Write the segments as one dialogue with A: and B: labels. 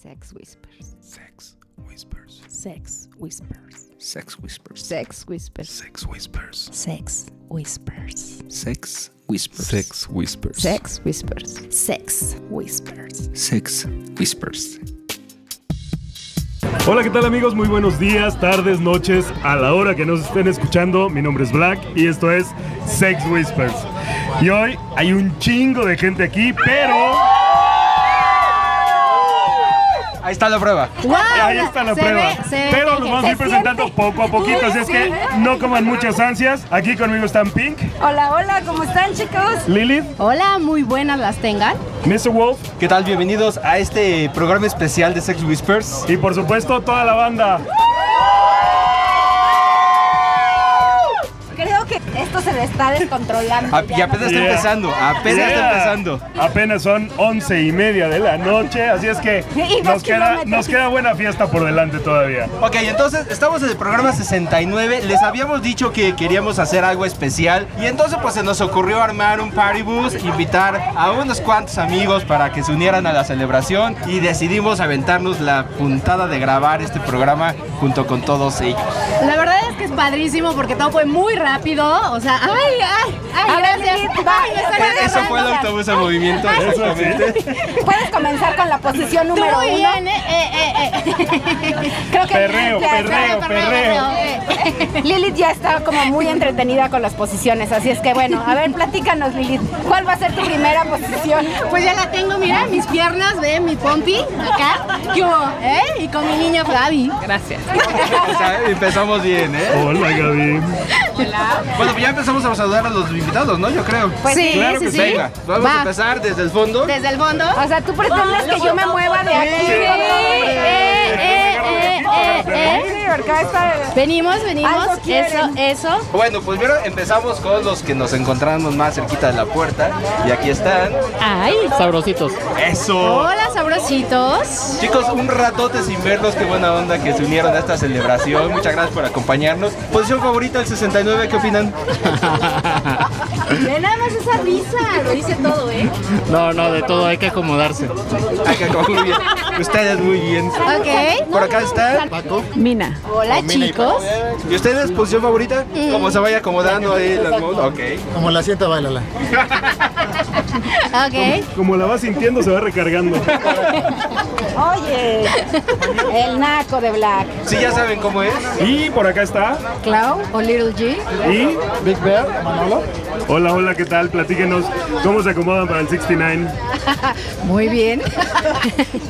A: Sex Whispers.
B: Sex Whispers.
C: Sex Whispers.
B: Sex Whispers.
A: Sex Whispers.
B: Sex Whispers.
C: Sex Whispers.
B: Sex Whispers.
D: Sex Whispers.
A: Sex Whispers.
C: Sex Whispers.
B: Sex Whispers.
E: Hola, ¿qué tal amigos? Muy buenos días, tardes, noches, a la hora que nos estén escuchando. Mi nombre es Black y esto es Sex Whispers. Y hoy hay un chingo de gente aquí, pero...
F: Ahí está la prueba.
E: Ahí está la
A: Se
E: prueba.
A: ve- se ve
E: Pero
A: que-
E: los vamos a ir
A: se
E: presentando
A: siente.
E: poco a poquito, así es que no coman muchas ansias. Aquí conmigo están Pink,
G: Hola, hola, ¿cómo están chicos?
E: Lilith,
A: Hola, muy buenas las tengan.
E: Mr. Wolf
F: ¿Qué tal? Bienvenidos a este programa especial de Sex Whispers.
E: y por supuesto toda la banda.
G: Creo que esto se le está descontrolando.
F: A-
G: ya
F: y apenas
G: no-
F: está
E: Yeah.
F: empezando, apenas
E: Yeah.
F: está empezando.
E: Apenas son once y media de la noche, así es que
G: Y dos
E: nos queda,
G: kilómetros.
E: nos queda buena fiesta por delante todavía.
F: Ok, entonces estamos en el programa 69. Les habíamos dicho que queríamos hacer algo especial. Y entonces pues se nos ocurrió armar un party bus, invitar a unos cuantos amigos para que se unieran a la celebración. Y decidimos aventarnos la puntada de grabar este programa junto con todos ellos.
A: La verdad es que es padrísimo porque todo fue muy rápido. O sea, ay, ay, ay,
G: A ver,
A: gracias.
G: Lilith, va,
A: Ay, me están
G: puedes-
F: Eso fue el
A: agarrando.
F: autobús en movimiento,
E: Eso sí.
F: exactamente.
G: Puedes comenzar con la posición
A: Tú
G: número
A: muy
G: uno.
A: bien, eh, eh, eh, eh.
G: Creo que
E: Perreo,
G: ya-
E: perreo, perreo.
G: Lilith ya está como muy entretenida con las posiciones, así es que bueno, a ver, platícanos Lilith, ¿cuál va a ser tu primera posición?
A: Pues ya la tengo, mira, mis piernas, ve, mi pompi, acá. ¿Qué hubo? ¿Eh? Y con mi niña Flavi. Gracias.
F: O sea, empezamos bien, ¿eh?
E: Hola Gaby.
F: Bueno, pues ya empezamos a saludar a los invitados, ¿no? Yo creo.
A: Pues sí,
E: claro que
A: sí, sí.
F: Venga, vamos
A: Va.
F: a empezar desde el fondo.
A: Desde el fondo.
G: O sea, ¿tú pretendes que yo me mueva de aquí?
A: Sí, eh, eh, eh, eh, eh.
G: Sí, porque esta-
A: Venimos, venimos.
G: Algo
A: Eso,
G: quieren.
A: eso.
F: Bueno, pues vieron, empezamos con los que nos encontramos más cerquita de la puerta. Y aquí están.
A: Ay.
D: Sabrositos.
F: ¡Eso!
A: Hola, sabrositos.
F: Chicos, un ratote sin verlos, qué buena onda que se unieron a esta celebración. Muchas gracias por acompañarnos. Posición favorita, el 69, ¿qué opinan?
A: Ve nada más esa risa. Lo hice todo, ¿eh?
D: No, no, de todo hay que acomodarse.
F: Ay, que acabó muy bien. Ustedes muy bien.
A: Ok.
F: Por acá están.
C: Mina.
A: Hola, chicos.
F: ¿Y ustedes, posición favorita? Como se vaya acomodando ahí las modas. Ok.
H: Como la sienta, bailala.
A: Ok.
E: Como la va sintiendo se va recargando.
G: Oye, el naco de Black.
F: Sí, ya saben cómo es.
E: Y por acá está.
A: Clau o Little G.
E: Y Big Bear, Manolo. Hola, hola, ¿qué tal? Platíquenos cómo se acomodan para el 69.
I: Muy bien.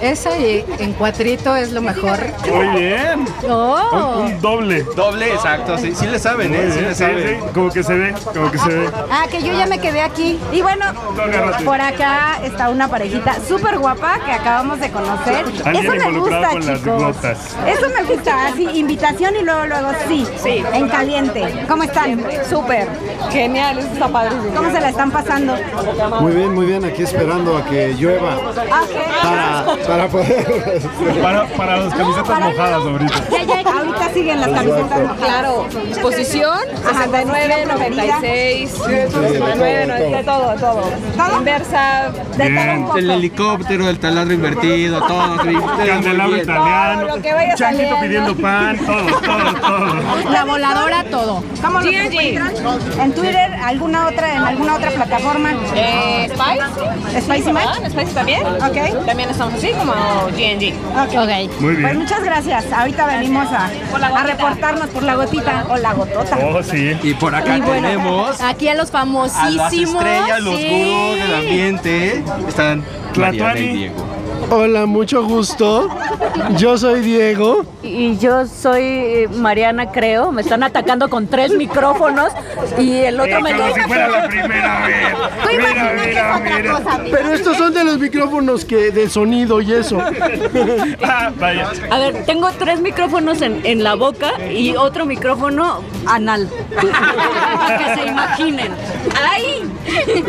I: Esa y en cuatrito es lo mejor.
E: Muy bien. Un,
A: Oh.
E: un doble.
F: Doble, exacto. Sí, sí le saben,
E: Muy
F: ¿eh? Sí
E: bien,
F: le
E: sí,
F: saben.
E: sí, Como que se ve, como que se ve.
G: Ah, que yo ya me quedé aquí. Y bueno,
E: Tú agárrate.
G: por acá está una parejita súper guapa que acabamos de conocer.
E: Alguien
G: Eso me
E: involucrado
G: gusta,
E: con las
G: chicos.
E: notas.
G: Eso me gusta, así, invitación y luego, luego sí, en caliente. ¿Cómo están? Súper.
I: Genial, eso está padrísimo.
G: ¿Cómo se la están pasando?
H: Muy bien, muy bien, aquí esperando a que llueva
G: Ah,
I: Ah.
H: para, para poder.
E: Para, para las camisetas
G: Para
E: mojadas
G: luego.
E: ahorita.
G: Ya, ya, ahorita siguen las camisetas mojadas.
I: Claro, posición
G: Ajá,
I: 69, 96, 99, de todo, todo.
G: ¿Todo?
I: Inversa,
G: De todo
E: Bien.
G: un poco.
F: El helicóptero, el taladro invertido, todo. sí, ustedes muy
E: Candelabro
F: bien.
E: italiano.
I: Todo lo que vaya
E: changuito
I: saliendo.
E: pidiendo pan, todo, todo, todo.
A: La voladora, todo.
G: ¿Cómo los
I: G&G.
G: encuentran? ¿En Twitter? ¿Alguna otra, en alguna otra plataforma?
I: eh, Spice.
G: ¿Spicy Match?
I: ¿verdad? Spice también.
G: Ok.
I: También estamos así como GNG.
A: Ok.
E: Muy
G: Pues
E: bien.
G: muchas gracias. Ahorita venimos a,
I: Por la
G: a
I: gotita.
G: reportarnos por la gotita o la gotota.
E: Oh, sí.
F: Y por acá tenemos
A: Aquí a los
F: a
A: famosísimos.
F: las estrellas, los
A: sí.
F: gurús del ambiente. Están
E: Tlatuani.
F: Mariana y Diego.
H: Hola, mucho gusto. Yo soy Diego.
J: Y yo soy eh, Mariana, creo. Me están atacando con tres micrófonos y el otro
E: Eh,
J: me
E: como si fuera la primera vez. Mira, mira, mira.
H: Pero estos son de los micrófonos que del sonido y eso.
E: Ah, vaya.
J: A ver, tengo tres micrófonos en, en la boca y otro micrófono anal. que se imaginen. ¡Ay!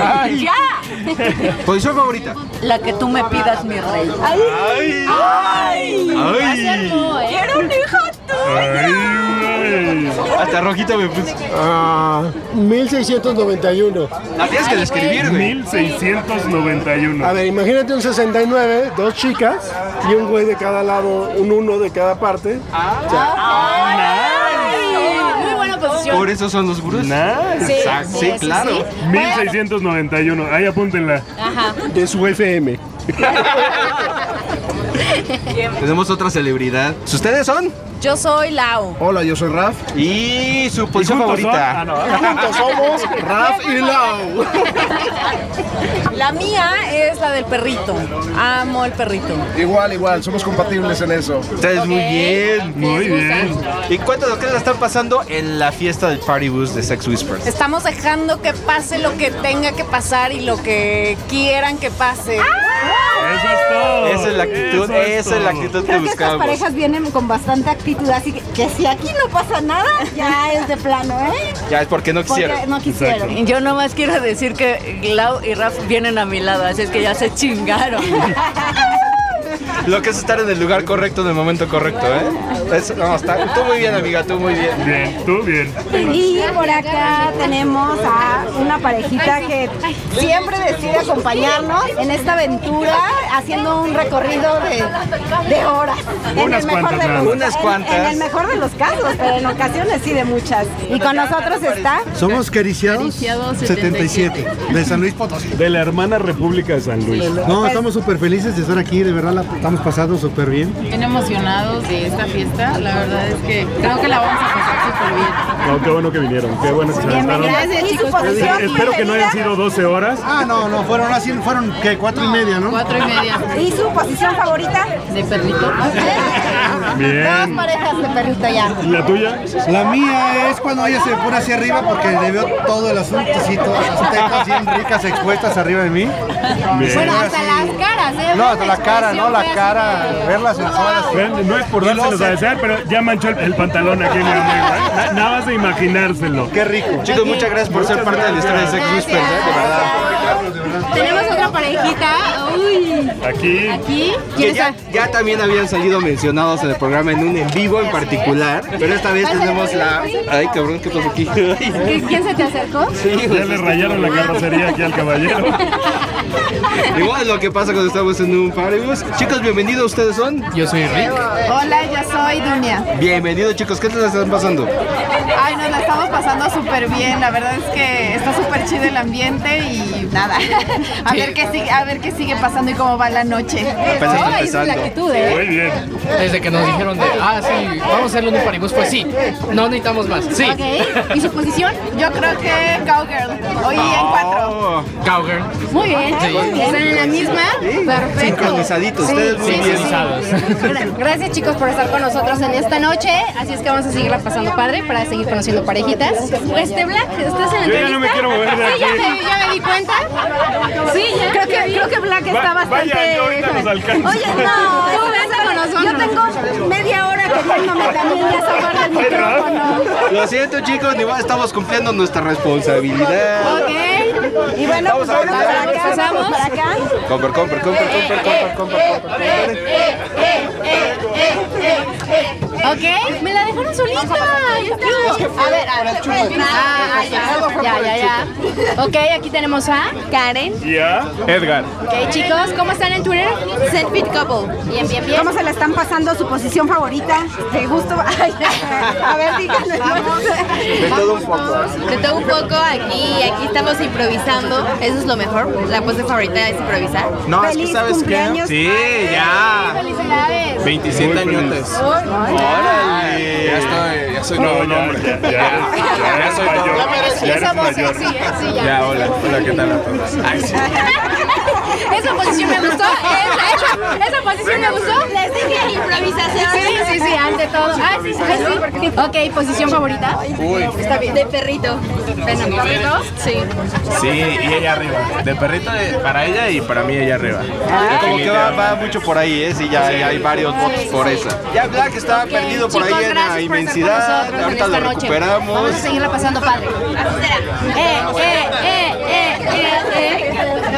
F: Ay.
J: ¡Ya!
F: Posición favorita.
J: La que tú me pidas, mi rey.
F: Ay. Ay.
A: Acerco, ¿eh?
J: ¡Quiero un hijo
E: Ay, ay, Ay.
F: Hasta rojito me puse.
H: Ah, 1691.
F: La tienes que describir, güey.
E: 1691.
H: A ver, imagínate un 69, dos chicas y un güey de cada lado, un uno de cada parte.
A: Muy buena posición.
F: Por eso son los gurús.
E: Nice.
F: Exacto. Sí, claro.
E: 1691. Ahí apúntenla.
H: De su FM.
F: Tenemos otra celebridad. ¿Ustedes son?
C: Yo soy Lau.
H: Hola, yo soy Raf.
F: Y su posición
E: juntos son?
F: favorita.
E: Ah, no.
H: Juntos somos Raf y Lau.
C: La mía es la del perrito. Amo el perrito.
H: Igual, igual, somos compatibles en eso.
F: Ustedes muy bien.
E: Muy bien.
F: Y cuéntanos qué la están pasando en la fiesta del Party Bus de Sex Whispers.
C: Estamos dejando que pase lo que tenga que pasar y lo que quieran que pase.
E: Eso es todo.
F: Esa es la actitud, esa es la
E: todo.
F: actitud que
G: Creo que estas
F: buscábamos.
G: parejas vienen con bastante actitud, así que, que si aquí no pasa nada, ya es de plano, ¿eh?
F: Ya es porque no quisieron.
G: Porque no quisieron.
E: Exacto.
J: Yo nomás quiero decir que Glau y Raf vienen a mi lado, así es que ya se chingaron.
F: Lo que es estar en el lugar correcto en el momento correcto, ¿eh? Eso, no, está, tú muy bien, amiga, tú muy bien.
E: Bien, tú bien.
G: Y por acá tenemos a una parejita que siempre decide acompañarnos en esta aventura, haciendo un recorrido de, de horas. En
E: Unas
G: el mejor
E: cuantas
G: de
E: nada
G: los-
F: más. Unas
G: en-
F: cuantas.
G: En, el mejor de los casos, pero en ocasiones sí de muchas. Y con nosotros está
H: Somos Cariciados, 77, de San Luis Potosí.
E: De la hermana República de San Luis.
H: No, estamos súper felices de estar aquí, de verdad la estamos pasando súper bien.
I: Bien emocionados de esta fiesta. La verdad es que creo que la vamos a pasar súper bien.
E: No, qué bueno que vinieron. Qué bueno que se lanzaron.
G: bienvenida. Y su posición
E: Espero que no hayan
G: preferida-
E: sido 12 horas.
H: Ah, no, no, fueron así, fueron que cuatro y media, ¿no?
I: Cuatro y media
G: Y su posición favorita.
I: de perrito.
A: Ah,
E: Bien.
G: parejas de perrito ya.
E: ¿Y la tuya?
H: La mía es cuando ella se pone hacia arriba porque le veo todo el asunto, así, todas las tetas bien ricas expuestas arriba de mí.
E: Bien.
A: Bueno, hasta las caras, ¿eh?
H: No,
A: Fue
H: hasta
A: una
H: la cara,
A: expresión
H: ¿no? La
A: fue
H: cara,
A: así de-
H: verlas en todas las...
E: Ven, no es por
H: Y luego
E: dárselos a
H: se-
E: desear, pero ya manchó el, el pantalón aquí mi amigo. ¿eh? Na- Nada más de imaginárselo.
H: Qué rico.
F: Chicos, muchas gracias por ser parte de la historia de Sex Whispers, ¿eh? De verdad.
A: Tenemos otra parejita. Uy,
E: Aquí.
A: aquí.
F: Que
A: ¿Quién
F: ya,
A: está?
F: ya también habían salido mencionados en el programa en un en vivo en particular, pero esta vez tenemos la... Ay, cabrón, ¿qué pasó aquí?
A: ¿Qui- ¿Quién se te acercó?
F: Sí,
E: Ya
F: güey.
E: le rayaron la carrocería aquí al caballero.
F: Igual es lo que pasa cuando estamos en un party bus. Chicos, bienvenidos, ¿ustedes son?
D: Yo soy Rick.
I: Hola, yo soy Dunia.
F: Bienvenidos, chicos, ¿qué les están pasando?
I: Ay, nos la estamos pasando súper bien. La verdad es que está súper chido el ambiente y nada. A ver qué sigue, a ver qué sigue pasando y cómo va la noche.
F: Apenas está
A: Ay, esa es la
F: empezando.
A: actitud, ¿eh?
E: Muy bien.
D: Desde que nos dijeron de, ah, sí, vamos a hacerlo en un paribus, pues sí, no necesitamos más. Sí.
A: Ok. ¿Y su posición?
I: Yo creo que Cowgirl. Hoy en cuatro.
F: Oh,
D: Cowgirl.
A: Muy bien.
D: Sí.
A: ¿Están en la misma? Perfecto.
F: sincronizaditos, ustedes muy bien.
A: Gracias chicos por estar con nosotros en esta noche. Así es que vamos a seguirla pasando padre para seguir conociendo parejitas. Este Black, ¿estás en la
E: Yo ya no me
A: entrevista?
E: quiero mover de
A: Sí, ya
E: aquí.
A: me, ya me di cuenta. Sí, ya.
G: Creo que, creo que Black
E: Va-
G: está bastante.
E: vaya, yo ahorita nos alcanzo.
G: Oye, no,
A: Tú ves
G: espérame,
A: con nosotros.
G: Yo tengo media hora queriéndome también ya sobar del micrófono.
F: Lo siento, chicos, ni modo, estamos cumpliendo nuestra responsabilidad.
A: Ok.
G: Y bueno,
F: Vamos
G: pues
F: a ver,
G: vamos para acá,
A: pasamos.
G: vamos para acá.
F: Comper, comper, comper, comper, comper, comper, comper.
A: Ok. Me la dejaron solita. Ya estuvo. A ver, a ver. Ah, ya, ya, ya, ya. Ok, aquí tenemos a Karen.
E: Ya.
F: Edgar.
A: Ok, chicos, ¿cómo están en Twitter? Selfie Couple. Bien, bien, bien.
G: ¿Cómo se la están pasando su posición favorita? De gusto. Ay, a ver, díganos.
F: De todo un poco.
K: De todo un poco aquí, aquí estamos improvisando, eso es lo mejor, la pose favorita es improvisar.
F: No, es que
G: Feliz
F: sabes qué.
G: cumpleaños.
F: Sí, ya.
A: Felicidades.
F: 27 añotes. Órale. Ya estoy, ya soy
E: No, ya, ya, ya, ya eres mayor.
A: Sí,
E: Ya eres
A: somos
E: mayor.
A: sexy, ¿eh? Sí, ya.
F: Ya, hola, hola, ¿qué tal a todos? Ay, sí.
A: Esa posición me gustó. Esa, esa- esa posición me gustó. Les dije improvisación. Sí, sí, sí, ante todo. Ah, sí, sí, sí. Ok, posición favorita.
K: Está bien. De perrito. Bueno, perrito. Sí.
F: Sí, y ella arriba. De perrito eh, para ella y para mí ella arriba. Ah, como que va, va mucho por ahí, ¿eh? Sí, ya, ya hay varios votos por esa. Ya Black estaba perdido por
A: Chicos,
F: ahí en
A: gracias
F: la
A: por estar con
F: inmensidad.
A: nosotros en
F: Ahorita
A: esta
F: lo
A: noche. Vamos a
F: recuperamos.
A: seguirla pasando padre. Eh, eh, eh, eh, eh, eh.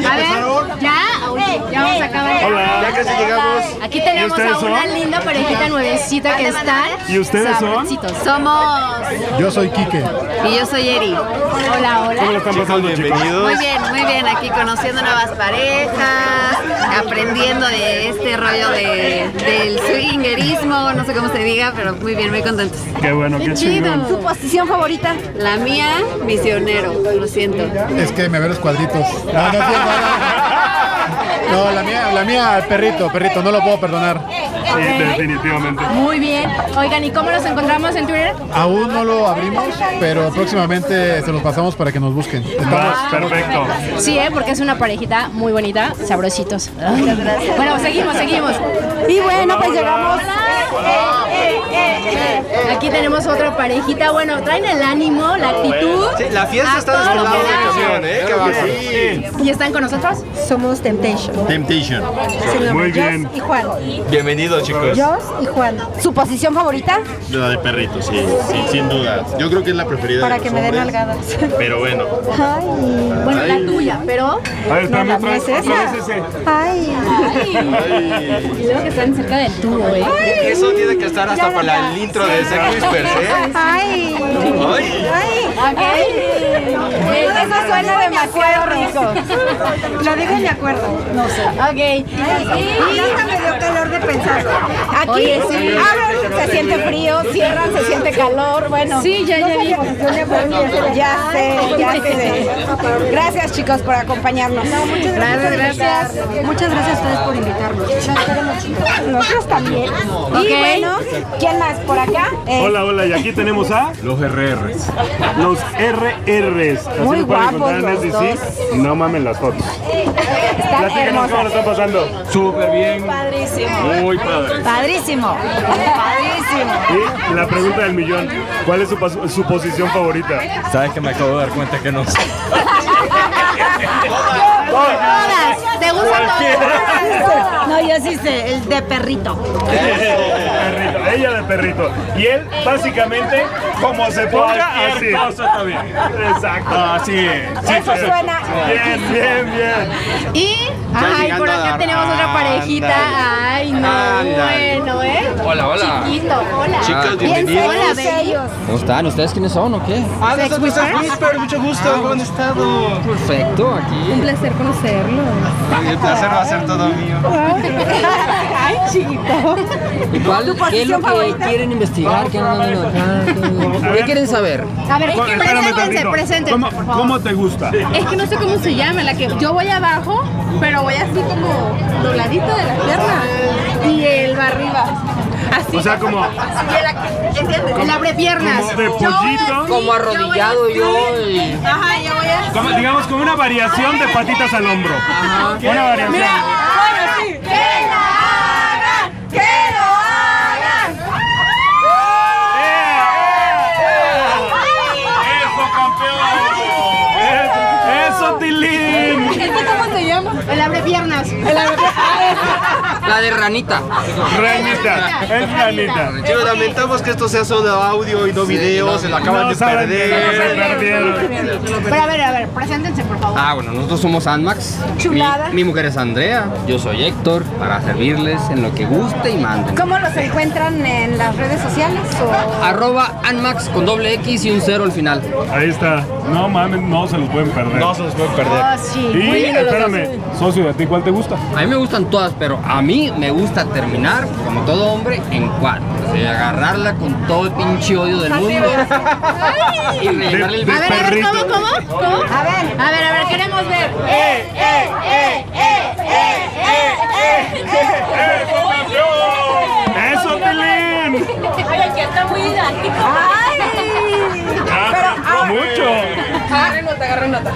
A: A ver, ya, ahorita. Ya vamos a acabar.
E: Hola. Ya casi llegamos.
A: Aquí tenemos
E: ¿Y ustedes
A: a una
E: son?
A: linda parejita nuevecita que están.
E: ¿Y ustedes son?
A: sabrositos. Somos.
H: Yo soy Quique.
K: Y yo soy Eri.
A: Hola, hola.
E: ¿Cómo lo están pasando, chicos?
K: Muy bien, muy bien, aquí conociendo nuevas parejas, aprendiendo de este rollo de, del swingerismo, no sé cómo se diga, pero muy bien, muy contentos.
E: Qué bueno, qué chingón.
K: ¿Tu posición favorita? La mía, misionero, lo siento.
H: Es que me ve los cuadritos. No, no, sí, no, no. No, la mía, la mía, perrito, perrito, no lo puedo perdonar.
E: Sí, definitivamente.
A: Muy bien. Oigan, ¿y cómo nos encontramos en Twitter?
H: Aún no lo abrimos, pero próximamente se los pasamos para que nos busquen.
E: Vas, perfecto.
A: Sí, ¿eh? porque es una parejita muy bonita, sabrositos. Bueno, seguimos, seguimos.
G: Y bueno, pues
E: Hola.
G: llegamos.
A: Eh, Aquí tenemos otra parejita. Bueno, traen el ánimo, la actitud.
F: Sí, la fiesta
A: a
F: está
A: todo
F: de este
A: lo
F: lado
A: que
F: de la
A: da.
F: canción, ¿eh? Qué bárbaro.
A: ¿Y están con nosotros?
G: Somos Temptation.
F: Temptation.
G: Se llama
E: Muy
G: Jos
E: bien.
G: y Juan.
F: Bienvenidos, chicos.
G: Jos y Juan. ¿Su posición favorita?
L: La de perrito, sí, sí, sin duda. Yo creo que es la preferida.
G: Para
L: de
G: que
L: los
G: me den
L: hombres,
G: algadas.
L: Pero bueno,
G: Ay.
A: Bueno, la tuya, pero.
E: A ver, espérame otra vez,
G: esa.
E: otra vez ese.
G: Ay.
A: Y luego que están cerca del tubo, ¿eh?
F: Eso tiene que estar hasta para la- el intro de Sex Whispers, ¿eh?
G: Ay.
F: Ay.
G: Ay.
A: Ok.
G: Ay, Eso suena demasiado rico. Lo digo y me acuerdo. No sé.
A: Ok.
G: Y hasta me dio calor de pensar. Aquí
A: Oye, sí.
G: abren, se siente frío, cierran, se siente calor. Bueno,
A: Sí, ya, ya vi.
G: ya sé, ya sé. Gracias, chicos, por acompañarnos. muchas gracias. Muchas gracias a ustedes por invitarnos. Nosotros también. Y
A: Ok.
G: bueno, ¿quién más por acá? Eh,
E: Hola, hola, y aquí tenemos a
L: los RRs.
E: los RRs. Así
G: Muy
E: lo pueden encontrar
G: guapos
E: en
G: los
E: SDC. No mamen las fotos.
G: Están
E: Platícanos cómo lo
G: hermosos.
E: están pasando.
L: Súper bien. Padrísimo. Muy padre.
G: Padrísimo. Padrísimo.
E: Y la pregunta del millón, ¿cuál es su, pas- su posición favorita?
L: Sabes que me acabo de dar cuenta que no sé.
A: Todas. ¿Te gustan todas?
G: No, yo sí sé, el de perrito.
E: Perrito, ella de perrito. Y él, básicamente, como se ponga así.
L: Cualquier cosa está bien.
E: Exacto.
L: Así es. Sí,
G: Eso suena.
E: Bien, bien, bien.
A: Y, ay, por
F: llegando a
A: acá
F: la
A: tenemos otra parejita.
F: banda.
A: Ay, no,
F: Ándale.
A: bueno, ¿eh?
D: Hola, hola.
A: Chiquito, hola.
F: Chicos,
G: Bien
F: bienvenidos.
A: Hola,
G: serios
A: baby.
G: ellos.
D: ¿Cómo están? ¿Ustedes quiénes son o qué?
F: Ah,
A: Sex
F: nosotros Sex
A: Whispers.
F: Whispers, mucho gusto. Ah, ¿Cómo han estado?
D: Perfecto, aquí.
K: Un placer conocerlo.
F: El placer va a ser todo mío.
G: Ay, chiquito.
D: ¿Y cuál- ¿Qué es lo
G: posición
D: que
G: favorita?
D: quieren investigar? ¿Qué andan viendo acá?
E: A
D: ¿Qué
E: ver.
D: quieren saber?
A: A ver,
E: Espérame
A: preséntense,
E: tantito.
A: preséntense, por favor.
E: te gusta?
K: Es que no sé cómo se llama, la que yo voy abajo, pero voy así como dobladito de las piernas y él va arriba. Así.
E: O sea, como-
K: Así de la que- ¿entiendes?
A: La prepiernas.
E: de pollito.
D: Como arrodillado yo y...
K: Ajá, yo voy así.
E: Como- digamos, como una variación de patitas al hombro. Una variación.
G: ¡Que lo hagan! ¡Que lo hagan!
E: ¡Eh! ¡Eso, campeón! ¡Eso, eso, Tilín!
A: El abre piernas.
G: Ah,
D: La de ranita.
E: Ranita, es ranita.
F: Chicos, lamentamos que esto sea solo audio y no video, se lo acaban
E: No
F: de
E: saben,
F: perder.
E: se perdieron.
A: Pero a ver, a ver, preséntense, por favor.
L: Ah, bueno, nosotros somos Anmax.
G: Chulada.
L: Mi, mi mujer es Andrea. Yo soy Héctor. Para servirles en lo que guste y manden.
G: ¿Cómo los encuentran en las redes sociales? o-
D: Arroba Anmax con doble X y un cero al final.
E: Ahí está. No mames, no se los pueden perder.
F: No se los pueden perder.
A: Oh, sí.
E: Y
A: Muy lindo los dos. eh.
E: espérame, socio, ¿a ti cuál te gusta?
L: A mí me gustan todas, pero a mí me gusta terminar, como todo hombre, en cuatro. O sea, agarrarla con todo el pinche odio del mundo. Y rellenarle el
E: De
A: A ver, a ver, ¿cómo,
E: perrito.
A: cómo? ¿Cómo? A ver. A ver, a ver, queremos ver. Eh,
E: ¡Eso, Tilín!
G: ¡Ay! Pero
A: ah.
E: No
G: ahora,
E: mucho.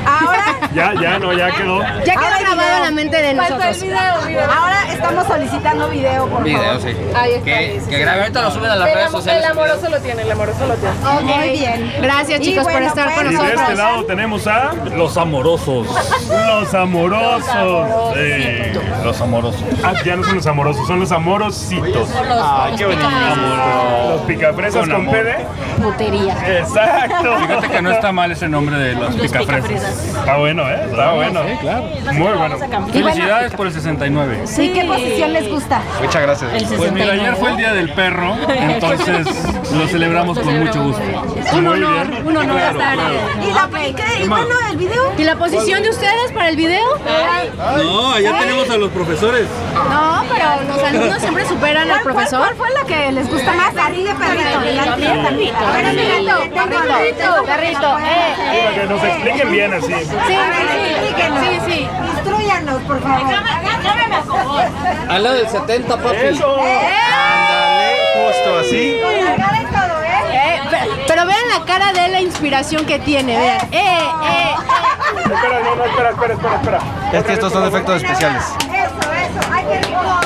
G: ahora,
E: Ya, ya, no, ya quedó.
A: Ya quedó
G: Ahora el
A: grabado
G: video.
A: en la mente de nosotros.
G: ahora estamos solicitando video, por
L: video,
G: favor.
L: sí. que, que grabe, ahorita lo suben a las redes sociales.
G: Muy bien.
A: Gracias,
G: Y
A: chicos, por
G: bueno,
A: estar con
G: pues,
E: Y de este
A: nosotros.
E: lado tenemos a los amorosos. Los amorosos. Sí, los amorosos. Ah, ya no son los amorosos, son los amorositos.
F: Ay, qué bonito.
E: Los picafresas con,
L: amor.
E: PD.
A: Putería.
E: Exacto. Este
L: mal ese nombre de los picafresas.
E: Está bueno. bueno, ¿eh? Está bueno. claro. Muy bueno.
M: Felicidades por el 69.
G: ¿Y qué posición les gusta?
F: Muchas gracias.
M: Pues mira, ayer fue el día del perro, entonces Pues lo celebramos con mucho gusto.
A: Un honor, un honor estar. eh,
G: ¿Y la ¿Y
M: bueno,
G: el video?
A: ¿Y la posición de ustedes para el video?
M: No,
G: allá
M: allá tenemos a los profesores.
A: No, pero los alumnos siempre superan al profesor.
G: ¿Cuál fue la que les gusta más? A ti de perrito. La tía también. A ver, perrito, perrito, perrito. Eh,
E: Para que nos expliquen bien así.
G: Sí, sí, sí. Sí, sí. Instruyanos, por favor.
L: Al lado del 70, papi.
F: Justo así.
A: Eh, pe- pero, vean la cara de él, la inspiración que tiene, vean. Eh, eh,
E: Espera, no, no, espera, espera, espera, espera.
F: Es que estos son efectos especiales.
G: Eso, eso. Ay, qué rico.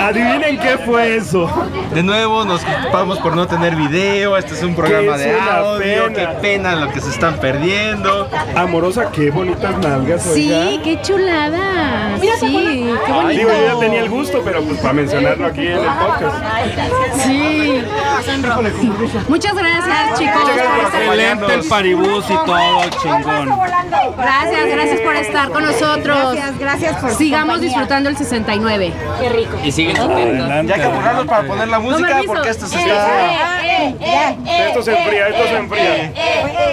E: Adivinen qué fue eso.
F: De nuevo nos culpamos por no tener video. Este es un programa
E: Es
F: de
E: una
F: audio.
E: pena.
F: Qué pena lo que se están perdiendo.
E: Amorosa, qué bonitas nalgas.
A: Sí, qué chulada. sí, qué bonito.
E: Digo, yo ya tenía el gusto, pero pues para mencionarlo aquí en el podcast.
A: Sí. Muchas gracias, chicos, por estar con
M: Excelente el paribús y todo, chingón.
A: Gracias, gracias por estar con nosotros. Gracias,
G: gracias por
A: Sigamos disfrutando el 69. Qué rico.
L: Y siguen sus
F: Ya hay que apurarnos para poner la música
A: permiso.
F: porque esto se
A: eh.
F: está.
E: Esto se enfría, esto se enfría.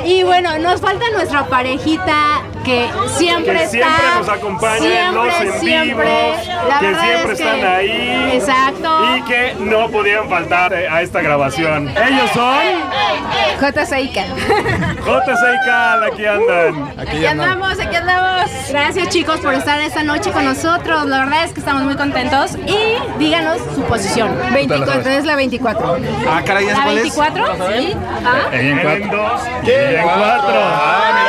A: Y bueno, nos falta nuestra parejita que siempre
E: Que
A: está.
E: siempre nos acompaña en los en
A: siempre.
E: vivos,
A: La
E: que
A: verdad
E: siempre
A: es
E: están
A: que-
E: ahí.
A: Exacto.
E: Y que no podían faltar eh, a esta grabación. Ellos son
A: J. Saika.
E: JCK, aquí andan.
A: Aquí andamos, aquí andamos. Gracias chicos por estar esta noche con nosotros. La verdad es que estamos muy contentos. Y díganos su posición.
F: 24,
A: es la 24.
F: Ah, caray, ¿ya
A: ¿La
F: cuál es?
A: 24? Sí. Ah.
E: En dos y en cuatro.
F: Ah,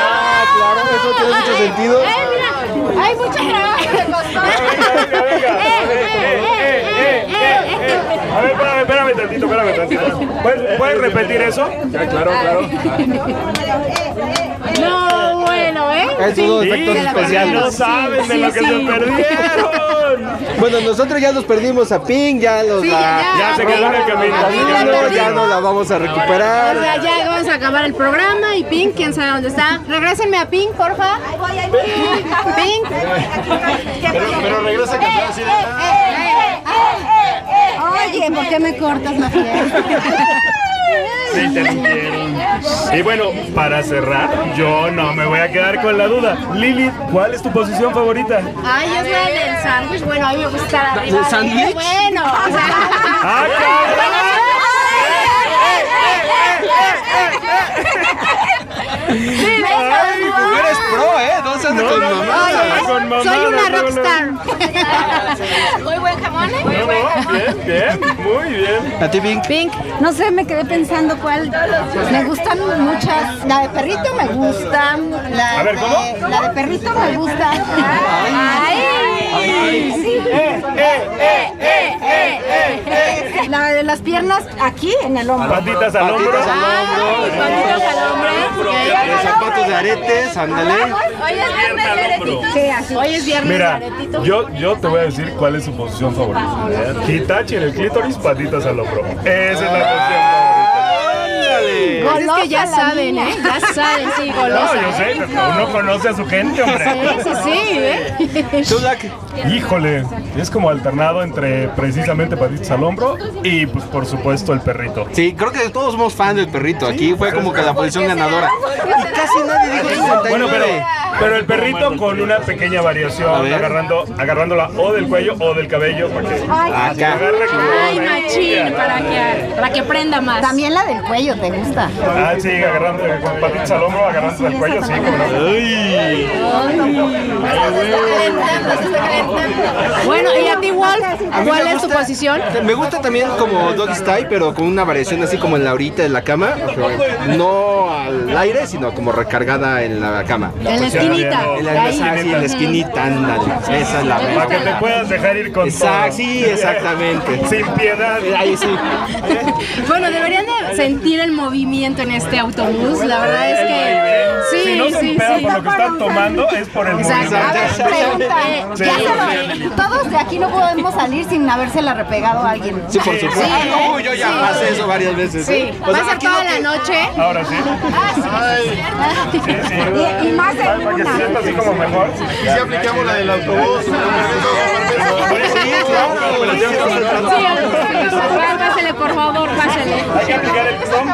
F: Claro, eso tiene mucho sentido.
A: ¡Eh, mira! ¡Ay, muchas gracias!
E: Venga, venga. Eh, eh, eh, eh, eh. A ver, espérame, espérame tantito, espérame tantito. ¿Puedes, puedes repetir eso? Ya, claro, claro.
A: No, bueno, ¿eh?
F: Es
A: Sí,
F: todo
A: sí,
F: efectos
A: se la
F: especiales.
A: perdieron.
F: No
E: saben de lo que se perdieron.
F: Bueno, nosotros ya nos perdimos a Ping, ya los
A: Sí, ya,
F: la-
A: ya. Ya se quedó en el camino.
F: la-
A: A Ping la
F: no, ya
A: perdimos.
F: no la vamos a
A: O
F: recuperar.
A: sea, ya vamos a acabar el programa y Pink, quién sabe dónde está. Regrésenme a Pink, porfa. Pink.
F: Pero regresa que así
G: Oye, ¿por qué me cortas, Mafiel?
E: Sí, te entendieron. Y bueno, para cerrar, yo no me voy a quedar con la duda. Lilith, ¿cuál es tu posición favorita?
A: Ay, es la del sándwich. Bueno, pues a mí me gusta estar arriba.
E: ¿Del sándwich?
A: Bueno, o sea.
E: ¡Ah,
A: Sí,
F: Ay, mujeres pro, ¿eh? No se andan
E: No,
F: con
E: no, no,
F: mamadas.
E: no, con mamadas,
A: Soy una
E: no, no.
A: rockstar. Muy buen jamón, ¿eh?
E: No, no, bien, bien, muy bien.
F: A ti, Pink.
G: Pink, no sé, me quedé pensando cuál. Me gustan muchas. La de perrito me gusta. La
E: A ver, ¿cómo?
G: De, la de perrito me gusta. Ay. Sí.
E: Eh,
G: La de las piernas aquí en el hombro.
E: Patitas al hombro.
F: Patitas al hombro.
A: Patitas al hombro.
F: Los zapatos de aretes, ándale.
A: Hoy es viernes de aretitos. Hoy es viernes de
E: Mira,
A: aretitos.
E: yo, yo te voy a decir cuál es su posición favorita. Hitachi en el clítoris, patitas al hombro. Esa es la posición
F: Ándale.
A: Pues es que ya saben, ¿eh? Ya saben, sí, golosa.
E: No, yo sé, pero uno conoce a su gente, hombre.
A: Sí, sí, sí, ¿eh?
F: Tú, Black.
E: Híjole, es como alternado entre precisamente patitas al hombro y, pues, por supuesto, el perrito.
F: Sí, creo que todos somos fan del perrito. Aquí fue como que la posición ganadora. Y casi nadie dijo 69.
E: Bueno, pero, pero el perrito con una pequeña variación, agarrando, agarrándola o del cuello o del cabello, para que
G: Ay,
E: se
F: Acá.
E: agarre como
A: Ay,
E: una
A: machín,
E: niña.
A: para que, para que aprenda más.
G: También la del cuello te gusta.
E: Ah, sí, agarrando con patitas al hombro, agarrando el cuello, sí, como no.
F: Ay.
A: Bueno, y a ti, Wolf,
F: A mí me
A: ¿cuál es tu
F: gusta-
A: posición?
F: Me gusta también como doggy style, pero con una variación así como en la horita de la cama. No al aire, sino como recargada en la cama.
A: En la esquinita.
F: En
A: de
F: la,
A: ahí.
F: así, en la esquinita, ándale. Esa es la
E: Para que te
F: verdad.
E: puedas dejar ir con
F: Exact-
E: todo.
F: sí, exactamente.
E: Sin piedad.
F: Ahí sí.
A: Bueno, deberían de sentir el movimiento en este autobús. La verdad es que
E: Sí, si no se
G: sí,
E: empedan
G: sí.
E: por
G: Ah,
E: lo que están tomando, es por el
G: Exacto. A ver, pregunta.
E: Sí,
G: ya se lo-
E: sí,
G: Todos de aquí no podemos salir sin habérsela repegado a alguien.
F: Sí, por supuesto.
G: Sí, ¿eh?
F: Uy, yo ya
G: Sí.
F: pasé eso varias veces.
G: Sí.
F: ¿eh? O
E: Pues
G: Va
F: sea,
G: a ser
F: aquí lo
G: toda la
F: que-
G: noche.
E: Ah,
F: Ahora sí.
G: Y, y más de
E: Para que se sienta así como mejor. Y si aplicamos la del autobús. ah,
A: Sí, pásale, por favor, pásale. Hay que aplicar el con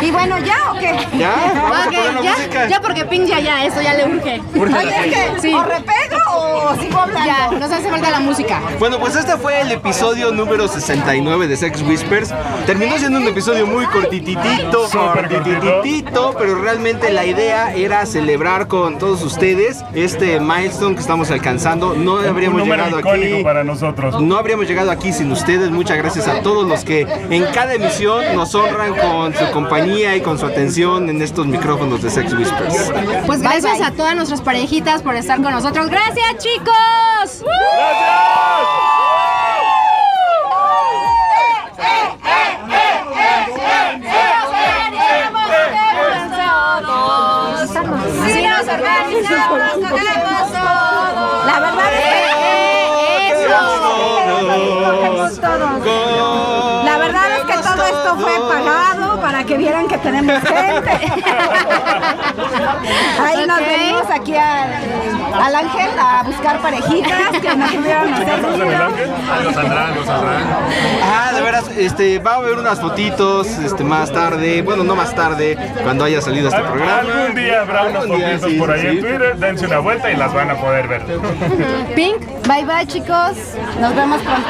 G: ¿Y bueno, ya o qué?
F: Ya, vamos a poner la
A: ya,
F: música.
A: ya porque ping ya, ya, eso ya le urge.
F: Urge. Oye, es que
A: o repego o sigo hablando. Ya, nos hace falta la música.
F: Bueno, pues este fue el episodio número 69 de Sex Whispers. Terminó siendo un episodio muy cortititito,
E: Súper
F: cortititito, pero realmente la idea era celebrar con todos ustedes este milestone que estamos alcanzando. No habríamos
E: un número
F: llegado
E: icónico
F: aquí.
E: para nosotros.
F: No habríamos llegado aquí sin ustedes. Muchas gracias a todos los que en cada emisión nos honran con su compañía y con su atención en estos micrófonos de Sex Whispers.
A: Pues gracias a todas nuestras parejitas por estar con nosotros. Gracias, chicos.
G: Sí, nos organizamos, nos hagamos todos. La verdad es que
F: Todos, todos.
G: La verdad es que todo esto fue pagado para que vieran que tenemos gente. Ahí nos
A: Ok.
G: venimos aquí al, al Ángel a buscar parejitas que nos hubieran
E: ¿Estamos en el ángel?
M: Algo saldrá, algo saldrá.
F: Ah, de veras, este, va a haber unas fotitos este, más tarde, bueno, no más tarde, cuando haya salido este programa.
E: Algún día habrá unos
F: Algún día,
E: poquitos
F: sí,
E: por ahí
F: sí,
E: en
F: sí.
E: Twitter, dense una vuelta y las van a poder ver.
A: Pink,
G: Bye bye chicos, nos vemos pronto.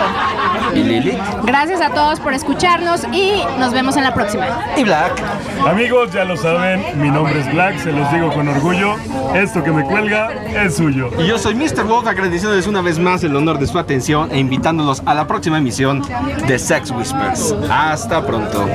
F: Y Lili.
A: gracias a todos por escucharnos y nos vemos en la próxima.
F: Y Black.
E: Amigos, ya lo saben, mi nombre es Black, se los digo con orgullo. Esto que me cuelga es suyo.
F: Y yo soy Mr. Wolf, agradeciéndoles una vez más el honor de su atención e invitándolos a la próxima emisión de Sex Whispers. Hasta pronto.